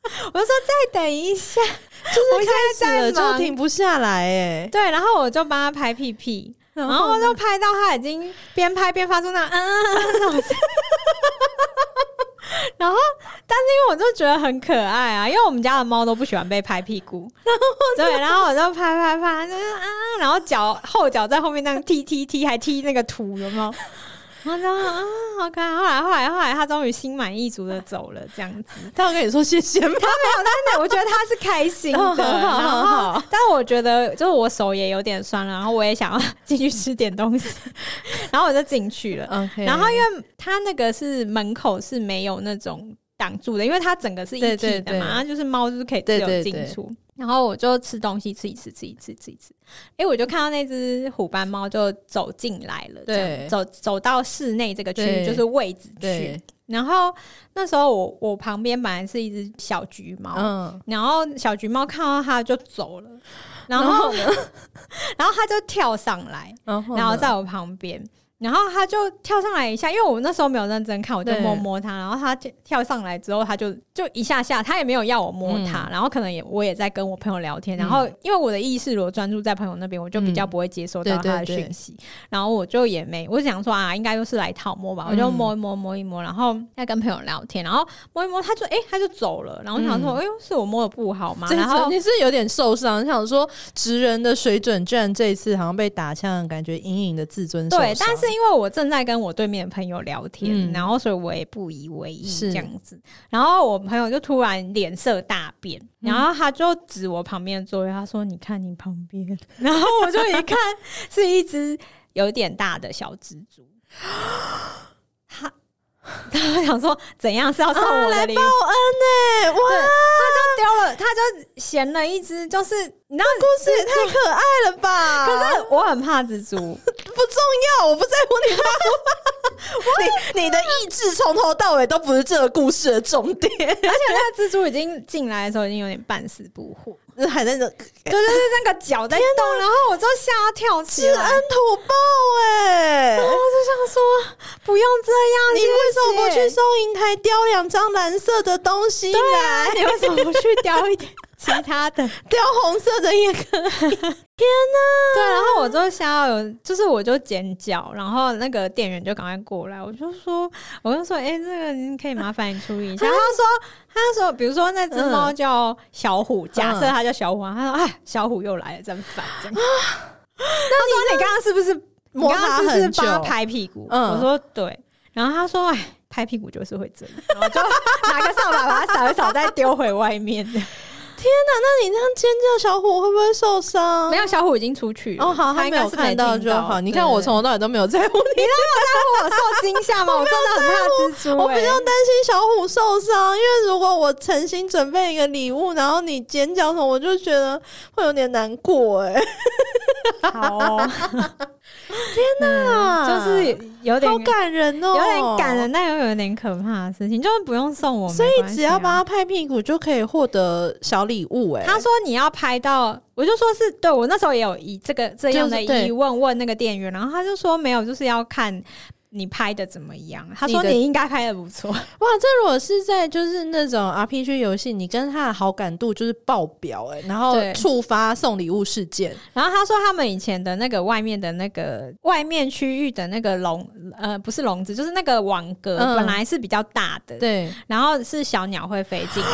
Speaker 2: [laughs] 我就说：“再等一下。”
Speaker 1: 就是开始了
Speaker 2: 在忙
Speaker 1: 就停不下来，哎，
Speaker 2: 对，然后我就帮他拍屁屁，然后
Speaker 1: 呢
Speaker 2: 就拍到他已经边拍边发出那嗯嗯嗯嗯那种声。 [laughs] 然后，但是因为我就觉得很可爱啊，因为我们家的猫都不喜欢被拍屁股，然后对，然后我就拍拍拍，就是啊，然后脚后脚在后面那样踢踢踢，还踢那个土，有没有？然后就啊，好可爱。后来后来后来，他终于心满意足的走了，这样子。
Speaker 1: 他要跟你说谢谢吗？
Speaker 2: 对，我觉得他是开
Speaker 1: [laughs]
Speaker 2: 心的，
Speaker 1: 哦好好好
Speaker 2: 然后
Speaker 1: 好，
Speaker 2: 但我觉得就是我手也有点酸了，然后我也想要进去吃点
Speaker 1: [laughs]
Speaker 2: 东西，然后我就进去了。
Speaker 1: OK，
Speaker 2: 然后因为他那个是门口是没有那种挡住的，因为它整个是一体的嘛，
Speaker 1: 对对对
Speaker 2: 然后就是猫就是可以自
Speaker 1: 对
Speaker 2: 由
Speaker 1: 对
Speaker 2: 进
Speaker 1: 对
Speaker 2: 出。然后我就吃东西，吃一吃，吃一吃，吃一吃。哎，我就看到那只虎斑猫就走进来了，这样
Speaker 1: 对
Speaker 2: 走走到室内这个区域
Speaker 1: 对
Speaker 2: 就是位置区
Speaker 1: 对。，
Speaker 2: 然后那时候我我旁边本来是一只小橘猫，
Speaker 1: 嗯，
Speaker 2: 然后小橘猫看到它就走了，然后
Speaker 1: 呢，
Speaker 2: 然后它就跳上来，
Speaker 1: 然后
Speaker 2: 然后
Speaker 1: 呢
Speaker 2: 在我旁边，然后它就跳上来一下，因为我那时候没有认真看，我就
Speaker 1: 对
Speaker 2: 摸摸它，然后它跳跳上来之后，它就就一下下，它也没有要我摸它，然后可能也我也在跟我朋友聊天，然后因为我的意识如果专注在朋友那边，我就比较不会接收
Speaker 1: 嗯
Speaker 2: 到
Speaker 1: 嗯对
Speaker 2: 它的
Speaker 1: 对对
Speaker 2: 讯息，然后我就也没，我就想说啊，应该又是来讨摸吧，我就
Speaker 1: 嗯
Speaker 2: 摸一摸摸一摸，然后再跟朋友聊天，然后摸一摸，它就哎、它就走了，然后我想说，哎、呦，是我摸的不好吗？
Speaker 1: 嗯这
Speaker 2: 然后
Speaker 1: 你是有点受伤，想说职人的水准居然这一次好像被打枪，感觉隐隐的自尊受伤
Speaker 2: 对，但是因为我正在跟我对面的朋友聊天，
Speaker 1: 嗯
Speaker 2: 然后所以我也不以为意
Speaker 1: 是
Speaker 2: 这样子。然后我朋友就突然脸色大便，
Speaker 1: 嗯
Speaker 2: 然后他就指我旁边的座位，他说：“你看你旁边。” [laughs] 然后我就一看，是一只有点大的小蜘
Speaker 1: [gasps]
Speaker 2: 蛛。他 [laughs] 他想说怎样是要送我
Speaker 1: 啊
Speaker 2: 的
Speaker 1: 来
Speaker 2: 礼
Speaker 1: 报
Speaker 2: 物？
Speaker 1: 恩呢、哇，
Speaker 2: 丢了，他就闲了一只，就是你知道故
Speaker 1: 这也太可爱了吧！
Speaker 2: 可是我很怕蜘蛛，
Speaker 1: 不重要，我不在乎你怕不怕。你你的意志从头到尾都不是这个故事的重点，
Speaker 2: 而且那个蜘蛛已经进来的时候已经有点半死不活，
Speaker 1: [laughs] 还在这
Speaker 2: [laughs] 对对对，那个脚在动，然后我就吓跳起
Speaker 1: 知
Speaker 2: 来，
Speaker 1: 恩图报哎、
Speaker 2: 啊
Speaker 1: [laughs]
Speaker 2: 然后我就想说不用这样，
Speaker 1: 你为什么不去
Speaker 2: 谢谢？
Speaker 1: 收银台雕两张蓝色的东西
Speaker 2: 对
Speaker 1: 来？
Speaker 2: [laughs] 啊，你为什么不去雕一点其他 [laughs] 的？
Speaker 1: 雕红色的也可以。
Speaker 2: 对，然后我就想要有，就是我就尖叫，然后那个店员就赶快过来，我就说，我就说，哎、这个你可以麻烦你处理一下。他说，他说，比如说那只猫叫小虎，假设它叫小虎啊，他说，哎，小虎又来了，真烦。这样他说啊你刚刚是不是
Speaker 1: 摩
Speaker 2: 你刚
Speaker 1: 擦
Speaker 2: 刚是不
Speaker 1: 很
Speaker 2: 是
Speaker 1: 久
Speaker 2: 帮，他拍屁股？
Speaker 1: 嗯
Speaker 2: 我说对，然后他说，哎。拍屁股就是会这 [laughs] 样，然后就拿个扫把把它扫一扫，再丢回外面。
Speaker 1: 那你这样尖叫，小虎会不会受伤
Speaker 2: 没？有，小虎已经出去了
Speaker 1: 哦，好，
Speaker 2: 他
Speaker 1: 他
Speaker 2: 应
Speaker 1: 没
Speaker 2: 该
Speaker 1: 有
Speaker 2: 是没
Speaker 1: 看到
Speaker 2: 听
Speaker 1: 就好。你看我
Speaker 2: 对对对
Speaker 1: 从头到尾都没有在乎
Speaker 2: [laughs]
Speaker 1: 你，
Speaker 2: 我受惊吓 [laughs] 吗？我真的很怕蜘蛛、
Speaker 1: 我比
Speaker 2: 欸，
Speaker 1: 较担心小虎受伤，因为如果我诚心准备一个礼物，然后你尖叫什么，我就觉得会有点难过哎、
Speaker 2: 好、 [laughs] 哦，嗯
Speaker 1: 那
Speaker 2: 就是有点
Speaker 1: 好感人哦，
Speaker 2: 有点感人，。但又有点可怕的事情，就是不用送我，
Speaker 1: 所
Speaker 2: 没
Speaker 1: 以
Speaker 2: 关系
Speaker 1: 只要帮
Speaker 2: 啊
Speaker 1: 他拍屁股就可以获得小礼物哎、
Speaker 2: 他说你要拍到，我就说是对我那时候也有疑这个这样的
Speaker 1: 就是对
Speaker 2: 疑问问那个店员，然后他就说没有，就是要看你拍的怎么样。他说
Speaker 1: 你的
Speaker 2: 你应该拍的不错， [laughs]
Speaker 1: 哇，这如果是在就是那种 RPG 游戏，你跟他的好感度就是爆表哎、然后
Speaker 2: 对
Speaker 1: 触发送礼物事件，
Speaker 2: 然后他说他们以前的那个外面的那个外面区域的那个笼呃不是笼子，就是那个网格、
Speaker 1: 嗯
Speaker 2: 本来是比较大的，
Speaker 1: 对，
Speaker 2: 然后是小鸟会飞进 [gasps] 来。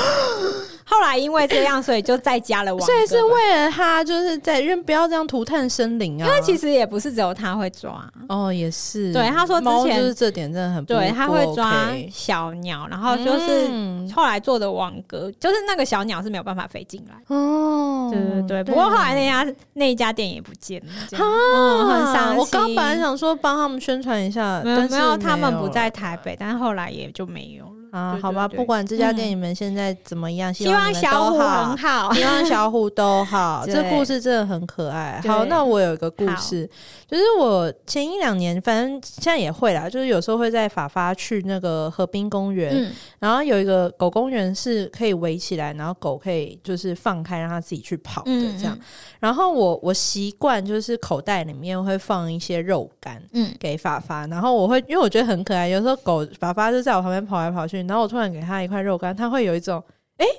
Speaker 2: 后来因为这样，所以就再加了网格
Speaker 1: 所
Speaker 2: 吧。嗯
Speaker 1: 以是为了他就是在，因为不要这样涂炭生灵啊，
Speaker 2: 因为其
Speaker 1: 实
Speaker 2: 实也不是只有它会抓，
Speaker 1: 哦也是，
Speaker 2: 对他说之
Speaker 1: 猫就
Speaker 2: 前
Speaker 1: 是这点真的很不
Speaker 2: 对，它会抓
Speaker 1: OK
Speaker 2: 小鸟，然后就是
Speaker 1: 嗯
Speaker 2: 后来做的网格，就是那个小鸟是没有办法飞进来。
Speaker 1: 哦，啊
Speaker 2: 对对对，不过后来那家那一家店也不见了，这样嗯，很伤
Speaker 1: 啊，
Speaker 2: 心。
Speaker 1: 我刚本来想说帮他们宣传一下，
Speaker 2: 没
Speaker 1: 但是
Speaker 2: 有没
Speaker 1: 没
Speaker 2: 有，他们不
Speaker 1: 有
Speaker 2: 在台北，但后来也就没有了。
Speaker 1: 啊
Speaker 2: 对，
Speaker 1: 好吧，
Speaker 2: 对对
Speaker 1: 不管这家店
Speaker 2: 嗯
Speaker 1: 你们现在怎么样，
Speaker 2: 希
Speaker 1: 望
Speaker 2: 望
Speaker 1: 你们
Speaker 2: 小
Speaker 1: 都
Speaker 2: 虎
Speaker 1: 好
Speaker 2: 很好，
Speaker 1: 希望小虎都
Speaker 2: [laughs]
Speaker 1: 好。
Speaker 2: 对
Speaker 1: 这故事真的很可爱。
Speaker 2: 对
Speaker 1: 好，那我有一个故事，就是我前一两年，反正现在也会啦，就是有时候会在法发去那个河滨公园，
Speaker 2: 嗯，
Speaker 1: 然后有一个狗公园是可以围起来，然后狗可以就是放开让它自己去跑的
Speaker 2: 嗯
Speaker 1: 这样。然后我我习惯就是口袋里面会放一些肉干。
Speaker 2: 嗯，
Speaker 1: 给法发，然后我会因为我觉得很可爱，有时候狗法发就在我旁边跑来跑去，然后我突然给它一块肉干，它会有一种哎、诶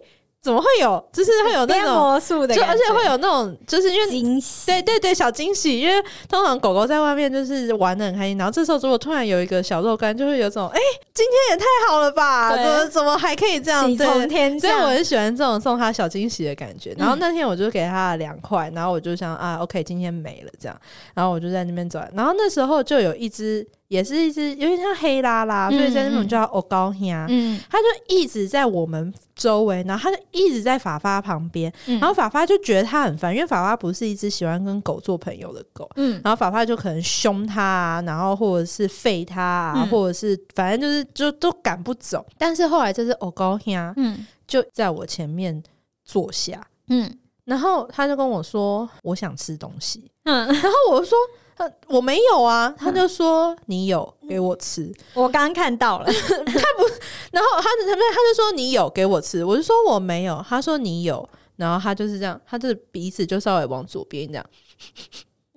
Speaker 1: 怎么会有，就是会有那
Speaker 2: 变
Speaker 1: 种，
Speaker 2: 魔术的
Speaker 1: 就
Speaker 2: 感觉，
Speaker 1: 而且会有那种，就是因为。
Speaker 2: 惊喜。
Speaker 1: 对对对，小惊喜，因为通常狗狗在外面就是玩的很开心，然后这时候如果突然有一个小肉干，就会有种哎、诶今天也太好了吧，
Speaker 2: 对
Speaker 1: 怎么怎么还可以这样？
Speaker 2: 喜
Speaker 1: 对
Speaker 2: 从天嗯
Speaker 1: 所以我
Speaker 2: 降，
Speaker 1: 很喜欢这种送他小惊喜的感觉。然后那天我就给他了两块，然后我就想啊，OK，今天没了这样。然后我就在那边走，然后那时候就有一只，也是一只有点像黑拉拉，
Speaker 2: 嗯
Speaker 1: 所以在那种叫欧高虾。
Speaker 2: 嗯
Speaker 1: 它就一直在我们周围，然后它就一直在法发旁边，
Speaker 2: 嗯
Speaker 1: 然后法发就觉得它很烦，因为法发不是一只喜欢跟狗做朋友的狗，
Speaker 2: 嗯，
Speaker 1: 然后法发就可能凶他啊，然后或者是吠他啊，
Speaker 2: 嗯
Speaker 1: 或者是反正就是就都赶不走。但是后来这只欧高虾，
Speaker 2: 嗯
Speaker 1: 就在我前面坐下，
Speaker 2: 嗯
Speaker 1: 然后他就跟我说我想吃东西，
Speaker 2: 嗯，
Speaker 1: 然后我就说呃我没有啊，他就说你有给我吃，
Speaker 2: 我刚刚看到了，
Speaker 1: 然后他就他就他就说你有给我吃，我就说我没有，他说你有，然后他就是这样，他的鼻子就稍微往左边这样，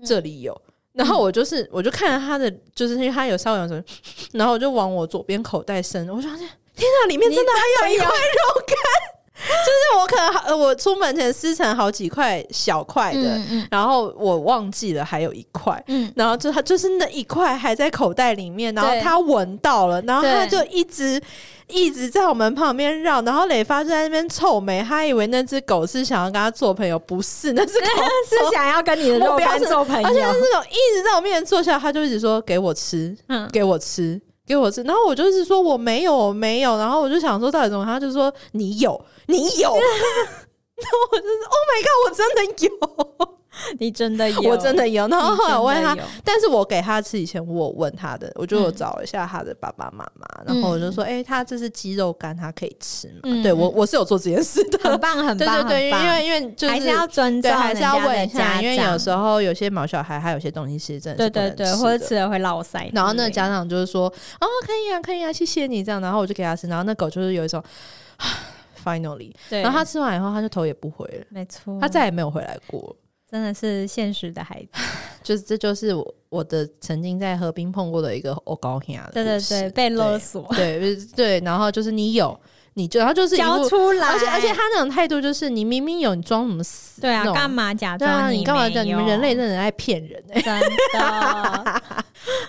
Speaker 1: 这里有。然后我就是，我就看着他的，就是因为他有稍微有什么，然后我就往我左边口袋伸，我就发现，天哪，里面真的还有一块肉干， [laughs] 就是我可能呃，我出门前撕成好几块小块的，
Speaker 2: 嗯
Speaker 1: 然后我忘记了还有一块，
Speaker 2: 嗯，
Speaker 1: 然后就他就是那一块还在口袋里面，然后
Speaker 2: 对
Speaker 1: 他闻到了，然后
Speaker 2: 对
Speaker 1: 他就一直一直在我们旁边绕，然后磊发就在那边臭美，他以为那只狗是想要跟他做朋友，不是，那
Speaker 2: [laughs]
Speaker 1: 只狗
Speaker 2: [laughs] 是想要跟你的肉
Speaker 1: 我不要
Speaker 2: 干
Speaker 1: 是
Speaker 2: 做朋
Speaker 1: 而且
Speaker 2: 友
Speaker 1: 是，那种一直在我面前坐下，他就一直说给我吃，
Speaker 2: 嗯
Speaker 1: 给我吃，给我吃，然后我就是说我没有，我没有，然后我就想说到底怎么，他就说你有，你
Speaker 2: [laughs]
Speaker 1: 有，然后我就是 Oh my God，我真的
Speaker 2: 你真的有，
Speaker 1: 有，我真的有，然
Speaker 2: 你真的有。
Speaker 1: 后后来我问他，但是我给他吃以前，我有问他的，我就有找一下他的爸爸妈妈，然后我就说，哎、他这是鸡肉干，他可以吃吗？
Speaker 2: 嗯
Speaker 1: 对我，我是有做这件事的， [laughs]
Speaker 2: 很棒，很棒，
Speaker 1: 对对对，
Speaker 2: 很棒
Speaker 1: 因为因为就是
Speaker 2: 还是要尊
Speaker 1: 对，
Speaker 2: 重人
Speaker 1: 还
Speaker 2: 家
Speaker 1: 是要
Speaker 2: 的家长，
Speaker 1: 问一下，因为有时候有些毛小孩，他有些东西其实真的
Speaker 2: 对
Speaker 1: 是不
Speaker 2: 对
Speaker 1: 能
Speaker 2: 对，
Speaker 1: 吃
Speaker 2: 或者
Speaker 1: 的
Speaker 2: 吃了会落腮。
Speaker 1: 然后那个家，长就是说，哦，可以啊，可以啊，谢谢你这样。然后我就给他吃，然后那狗就是有一种啊 finally，
Speaker 2: 对，
Speaker 1: 然后他吃完以后，他就头也不回了，
Speaker 2: 没错，
Speaker 1: 他再也没有回来过。
Speaker 2: 真的是现实的
Speaker 1: [laughs]
Speaker 2: 孩子，
Speaker 1: 就是这就是我我的曾经在河滨碰过的一个欧高兄的
Speaker 2: 对对
Speaker 1: 故事
Speaker 2: 对，被勒索，
Speaker 1: 对对对，然后就是你有，你就然后就是一
Speaker 2: 交
Speaker 1: 副，
Speaker 2: 出来，
Speaker 1: 而且而且他那种态度就是你明明有，你装什么死？
Speaker 2: 对啊
Speaker 1: 那，种
Speaker 2: 干嘛假
Speaker 1: 对啊，
Speaker 2: 装
Speaker 1: 你干嘛
Speaker 2: 没
Speaker 1: 这样？你们
Speaker 2: 有
Speaker 1: 人类真的很爱骗人 [laughs] 哎、
Speaker 2: 真
Speaker 1: [laughs]
Speaker 2: 的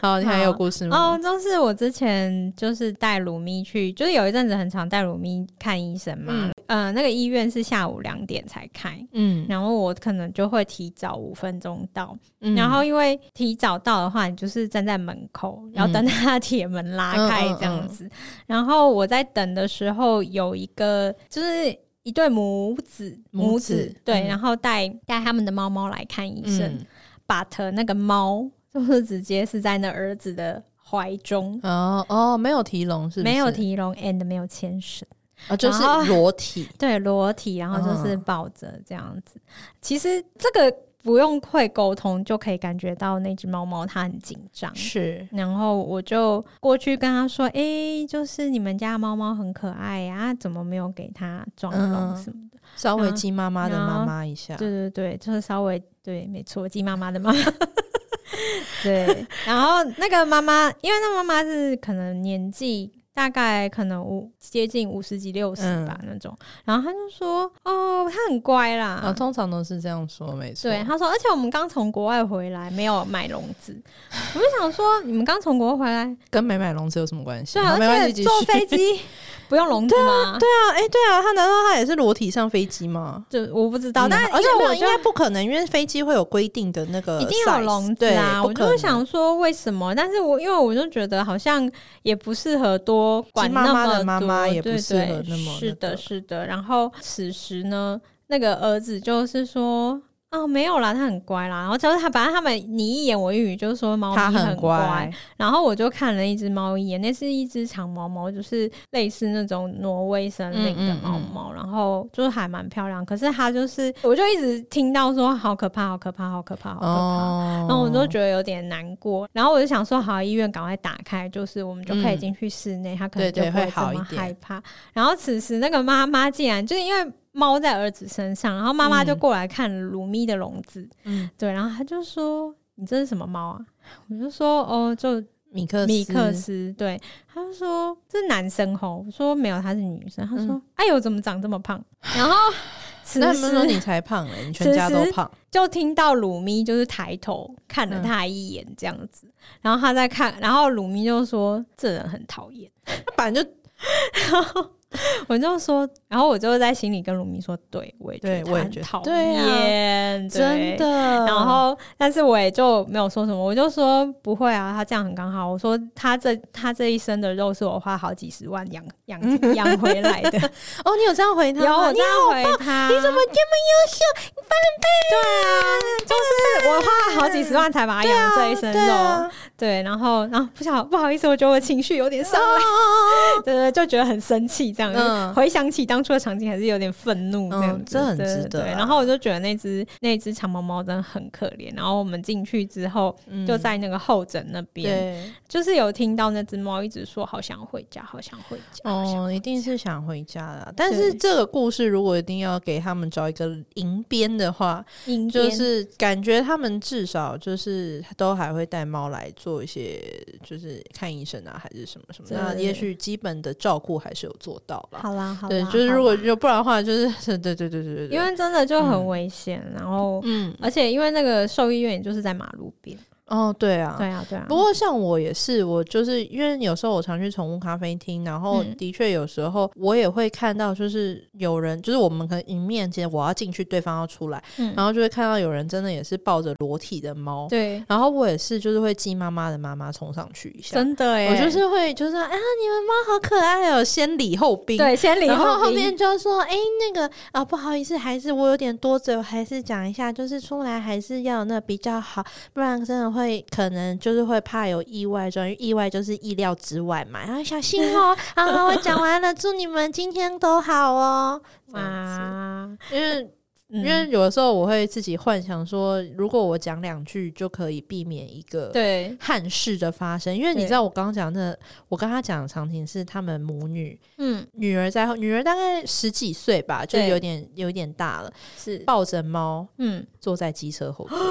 Speaker 1: 好，你还有故事吗？
Speaker 2: 哦，就是我之前就是带鲁咪去，就是有一阵子很常带鲁咪看医生嘛，呃，那个医院是下午两点才开。
Speaker 1: 嗯，
Speaker 2: 然后我可能就会提早五分钟到，
Speaker 1: 嗯
Speaker 2: 然后因为提早到的话，你就是站在门口，然
Speaker 1: 嗯
Speaker 2: 后等他的铁门拉开这样子。然后我在等的时候，有一个就是一对母子，
Speaker 1: 母
Speaker 2: 母
Speaker 1: 子
Speaker 2: 子对，
Speaker 1: 嗯
Speaker 2: 然后带带他们的猫猫来看医生
Speaker 1: 嗯，
Speaker 2: ，but 那个猫就是直接是在那儿子的怀中。
Speaker 1: 哦哦，没有提笼是不是
Speaker 2: 没有提笼，and 没有牵绳，
Speaker 1: 啊，就是
Speaker 2: 然后
Speaker 1: 裸体，
Speaker 2: [laughs] 对，裸体，然后就是
Speaker 1: 嗯
Speaker 2: 抱着这样子。其实这个不用会沟通就可以感觉到那只猫猫它很紧张，
Speaker 1: 是
Speaker 2: 然后我就过去跟他说：“诶，就是你们家的猫猫很可爱呀、啊，怎么没有给它装
Speaker 1: 嗯
Speaker 2: 笼什么的
Speaker 1: [laughs] 稍微
Speaker 2: 然后
Speaker 1: 鸡妈妈的
Speaker 2: 然
Speaker 1: 妈
Speaker 2: 后
Speaker 1: 妈一下？”，
Speaker 2: 对对对，就是稍微对，没错，鸡妈妈的妈妈。 [laughs] 对，然后那个妈妈，因为那妈妈是可能年纪大概可能五接近五十几六十吧、那种，然后她就说：“哦，她很乖啦。
Speaker 1: 啊，通常都是这样说，没错。
Speaker 2: 对，他说，而且我们刚从国外回来，没有买笼子。 [laughs] 我就想说，你们刚从国外回来，
Speaker 1: 跟没买笼子有什么关系？
Speaker 2: 对啊，
Speaker 1: 好没关
Speaker 2: 而
Speaker 1: 系，继
Speaker 2: 且
Speaker 1: 续
Speaker 2: 坐飞机 [laughs] 不用笼子吗？对
Speaker 1: 对啊，哎、对啊，他难道他也是裸体上飞机吗？
Speaker 2: 就我不知道，
Speaker 1: 嗯
Speaker 2: 但
Speaker 1: 而且
Speaker 2: 因为
Speaker 1: 我
Speaker 2: 我
Speaker 1: 应
Speaker 2: 就
Speaker 1: 该不可能，因为飞机会有规定的那个 size,
Speaker 2: 一定有笼子
Speaker 1: 对
Speaker 2: 啊，
Speaker 1: 不
Speaker 2: 我
Speaker 1: 可
Speaker 2: 就
Speaker 1: 能
Speaker 2: 想说为什么？但是我因为我就觉得好像也不适合多管
Speaker 1: 鸡
Speaker 2: 那
Speaker 1: 妈
Speaker 2: 么多，
Speaker 1: 妈的妈妈也不
Speaker 2: 对
Speaker 1: 适合
Speaker 2: 对
Speaker 1: 那么
Speaker 2: 是
Speaker 1: 那个
Speaker 2: 的，是的。然后此时呢，那个儿子就是说。哦，没有啦，他很乖啦。然后就是他，反正他们你一言我一语，就是说猫
Speaker 1: 他
Speaker 2: 咪
Speaker 1: 很
Speaker 2: 乖。然后我就看了一只猫一眼，那是一只长毛猫，就是类似那种挪威森林的猫猫，然后就是还蛮漂亮。可是它就是，我就一直听到说好可怕，好可怕，好可怕，好可怕。
Speaker 1: 哦，
Speaker 2: 然后我就觉得有点难过，然后我就想说，好，医院赶快打开，就是我们就可以进去室内，他可能就
Speaker 1: 对对
Speaker 2: 不会
Speaker 1: 会
Speaker 2: 这
Speaker 1: 好
Speaker 2: 么
Speaker 1: 一点
Speaker 2: 害怕。然后此时那个妈妈竟然就是因为猫在儿子身上，然后妈妈就
Speaker 1: 嗯
Speaker 2: 过来看鲁咪的笼子，
Speaker 1: 嗯
Speaker 2: 对，然后她就说：“你这是什么猫啊？”我就说：“哦，就
Speaker 1: 米克斯
Speaker 2: 米克斯。”对，她就说：“这是男生吼。”我说：“没有，他是女生。”她说：“哎呦，怎么长这么胖？”
Speaker 1: [laughs]
Speaker 2: 然后此
Speaker 1: 嗯那他们说
Speaker 2: 时
Speaker 1: 你才胖嘞、你全
Speaker 2: 此
Speaker 1: 家都
Speaker 2: 时 [laughs]
Speaker 1: 胖，
Speaker 2: 就听到鲁咪就是抬头看了
Speaker 1: 嗯
Speaker 2: 他一眼这样子，然后他在看，然后鲁咪就说：“这人很讨厌。
Speaker 1: 他本来就”
Speaker 2: 我就说，然后我就在心里跟鲁咪说：“对，我也觉
Speaker 1: 对
Speaker 2: 得他
Speaker 1: 我也
Speaker 2: 很
Speaker 1: 觉得
Speaker 2: 讨
Speaker 1: 对啊
Speaker 2: 厌，对
Speaker 1: 真的。然
Speaker 2: 然后，但是我也就没有说什么，我就说不会啊，他这样很刚好。我说他这他这一身的肉是我花好几十万养养养回来的，
Speaker 1: [laughs] 哦，你有这样回他
Speaker 2: 然后
Speaker 1: 吗？哦
Speaker 2: 我
Speaker 1: 你
Speaker 2: 这样回他，你怎么
Speaker 1: 这么优秀，
Speaker 2: 啊就是我花了好几十万才把它养这一身
Speaker 1: 对
Speaker 2: 肉，
Speaker 1: 啊，
Speaker 2: 对，然后然后不晓不好意思，我觉得我情绪有点上来，对对，就觉得很生气，这样、
Speaker 1: 嗯
Speaker 2: 回想起当初的场景，还是有点愤怒这样子，
Speaker 1: 嗯这很值得啊
Speaker 2: 对对对然后我就觉得那只那只长毛猫真的很可怜。然后我们进去之后，
Speaker 1: 嗯
Speaker 2: 就在那个候诊那边，
Speaker 1: 对
Speaker 2: 就是有听到那只猫一直说好想回家，好想回家，好想
Speaker 1: 哦，
Speaker 2: 回
Speaker 1: 一定
Speaker 2: 家
Speaker 1: 是想回家的啊、但是
Speaker 2: 对
Speaker 1: 这个故事如果一定要给他们找一个银边的话，
Speaker 2: 迎
Speaker 1: 就
Speaker 2: 边
Speaker 1: 是感觉他们至少就是都还会带猫来做一些，就是看医生啊，还是什么什么。
Speaker 2: 对
Speaker 1: 那
Speaker 2: 对
Speaker 1: 也许基本的照顾还是有做到吧。
Speaker 2: 好啦好啦，
Speaker 1: 对，就是如
Speaker 2: [laughs] 好
Speaker 1: 果
Speaker 2: 啦
Speaker 1: 就不然的话，就是对对对对对对，
Speaker 2: 因为真的就
Speaker 1: 嗯
Speaker 2: 很危险，然后
Speaker 1: 嗯
Speaker 2: 而且因为那个兽医院也就是在马路边。
Speaker 1: 哦，对啊，
Speaker 2: 对啊，对啊。
Speaker 1: 不过像我也是，我就是因为有时候我常去宠物咖啡厅，然后
Speaker 2: 嗯
Speaker 1: 的确有时候我也会看到，就是有人，就是我们可能迎面间我要进去，对方要出来，
Speaker 2: 嗯
Speaker 1: 然后就会看到有人真的也是抱着裸体的猫，
Speaker 2: 对，
Speaker 1: 然后我也是就是会激妈妈的妈妈冲上去一下，
Speaker 2: 真的哎，
Speaker 1: 我就是会就是说啊，你们猫好可爱哦，先礼后兵，
Speaker 2: 对先礼
Speaker 1: 然后后
Speaker 2: 兵
Speaker 1: 面就说：“哎、那个啊、不好意思，还是我有点多嘴，我还是讲一下，就是出来还是要有那比较好，不然真的会可能就是会怕有意外，转意外就是意料之外嘛。然后小心哦。好好，我讲完了，祝你们今天都好哦。啊，
Speaker 2: 啊，
Speaker 1: 因为因
Speaker 2: 因
Speaker 1: 为有的时候我会自己幻想说，如果我讲两句就可以避免一个
Speaker 2: 对
Speaker 1: 憾事的发生，因为你
Speaker 2: 对
Speaker 1: 知道我刚刚讲的，我跟他讲的场景是他们母女。”
Speaker 2: 嗯
Speaker 1: 女儿在后，女儿大概十几岁吧，就是
Speaker 2: 对
Speaker 1: 有点有点大了，
Speaker 2: 是
Speaker 1: 抱着猫
Speaker 2: 嗯
Speaker 1: 坐在机车后座。
Speaker 2: [gasps]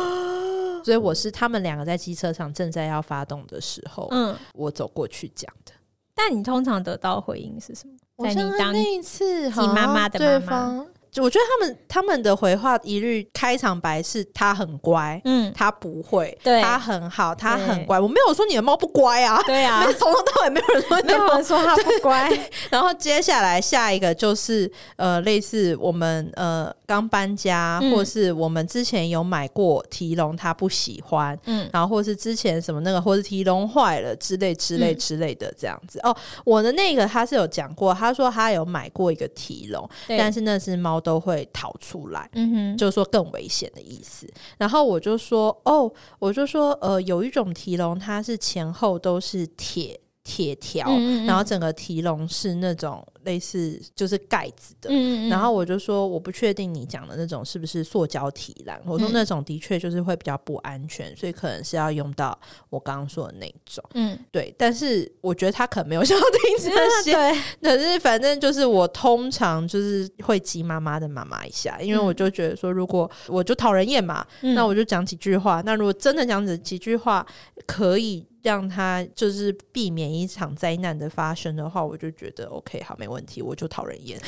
Speaker 1: 所以我是他们两个在机车上正在要发动的时候，
Speaker 2: 嗯，
Speaker 1: 我走过去讲的。
Speaker 2: 但你通常得到回应是什么？在你
Speaker 1: 我像
Speaker 2: 当
Speaker 1: 那一次好像
Speaker 2: 妈妈的妈妈
Speaker 1: 对方，就我觉得他们他们的回话一律开场白是他很乖，
Speaker 2: 嗯，
Speaker 1: 他不会，
Speaker 2: 对
Speaker 1: 他很好，他很
Speaker 2: 对
Speaker 1: 乖。我没有说你的猫不乖
Speaker 2: [laughs]
Speaker 1: 啊，
Speaker 2: 对
Speaker 1: [laughs]
Speaker 2: 啊
Speaker 1: 没，从头到尾没有人说你
Speaker 2: 没
Speaker 1: 的
Speaker 2: 有
Speaker 1: 猫
Speaker 2: 人说他不乖，
Speaker 1: 然后接下来下一个就是呃，类似我们呃刚搬家，
Speaker 2: 嗯
Speaker 1: 或是我们之前有买过提笼，他不喜欢。
Speaker 2: 嗯
Speaker 1: 然后，或是之前什么那个，或是提笼坏了之类之类
Speaker 2: 嗯
Speaker 1: 之类的这样子、哦。我的那个他是有讲过，他说他有买过一个提笼，
Speaker 2: 对
Speaker 1: 但是那只猫都会逃出来，
Speaker 2: 嗯哼，
Speaker 1: 就是说更危险的意思。然后我就说哦，我就说呃，有一种提笼它是前后都是铁铁条，
Speaker 2: 嗯嗯嗯
Speaker 1: 然后整个提笼是那种类似就是盖子的。
Speaker 2: 嗯嗯嗯
Speaker 1: 然后我就说，我不确定你讲的那种是不是塑胶提篮。我说
Speaker 2: 嗯
Speaker 1: 那种的确就是会比较不安全，所以可能是要用到我刚刚说的那种。
Speaker 2: 嗯，
Speaker 1: 对，但是我觉得他可能没有想要听
Speaker 2: [laughs]
Speaker 1: 这些。
Speaker 2: 对，
Speaker 1: [laughs] 可是反正就是我通常就是会激妈妈的妈妈一下，因为
Speaker 2: 嗯
Speaker 1: 我就觉得说，如果我就讨人厌嘛，那我就讲几句话。那如果真的讲几几句话，可以让他就是避免一场灾难的发生的话，我就觉得 OK，好，没问题，我就讨人厌。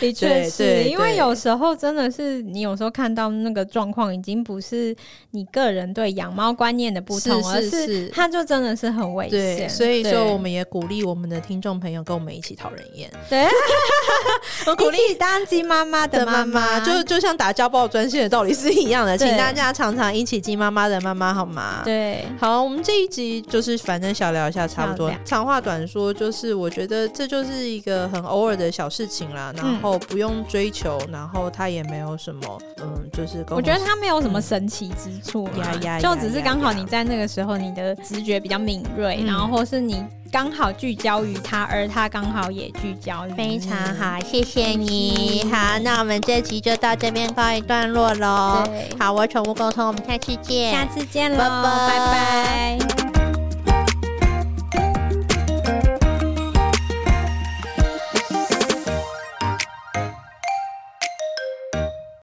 Speaker 2: 的确
Speaker 1: 对对
Speaker 2: 是因为
Speaker 1: 对
Speaker 2: 有时候真的是你有时候看到那个状况，已经不是你个人对养猫观念的不同，
Speaker 1: 是
Speaker 2: 而
Speaker 1: 是
Speaker 2: 是
Speaker 1: 是
Speaker 2: 它就真的是很危
Speaker 1: 对，
Speaker 2: 险。
Speaker 1: 所以说我
Speaker 2: 们
Speaker 1: 们也鼓励我们的听众朋友跟我们一起讨人
Speaker 2: [laughs]
Speaker 1: 厌，
Speaker 2: 对
Speaker 1: 我鼓励。
Speaker 2: 一起当鸡妈妈的
Speaker 1: 的妈
Speaker 2: 妈
Speaker 1: 妈就就像打家暴专线的道理是一样的，请
Speaker 2: 对
Speaker 1: 大家常常一起激妈妈的妈妈好吗？
Speaker 2: 对，
Speaker 1: 好，我们这一集就是反正小聊一下，差不多
Speaker 2: 小聊。
Speaker 1: 长话短说，就是我觉得这就是一个很偶尔的小事情啦，
Speaker 2: 嗯
Speaker 1: 然后不用追求，然后它也没有什么，嗯，就是跟
Speaker 2: 我觉得它没有什么神奇之处啦
Speaker 1: 嗯呀呀
Speaker 2: 就
Speaker 1: 呀
Speaker 2: 只是
Speaker 1: 呀
Speaker 2: 刚好
Speaker 1: 呀
Speaker 2: 你在那个时候你的直觉比较敏锐，
Speaker 1: 嗯
Speaker 2: 然后或是你刚好聚焦于它，而它刚好也聚焦于
Speaker 1: [laughs]
Speaker 2: 你
Speaker 1: 非常。好，谢谢你。好，那我们这集就到这边告一段落喽。
Speaker 2: 对，
Speaker 1: 好，我宠物沟通，我们下期见，
Speaker 2: 下次见喽，
Speaker 1: 拜拜
Speaker 2: 拜拜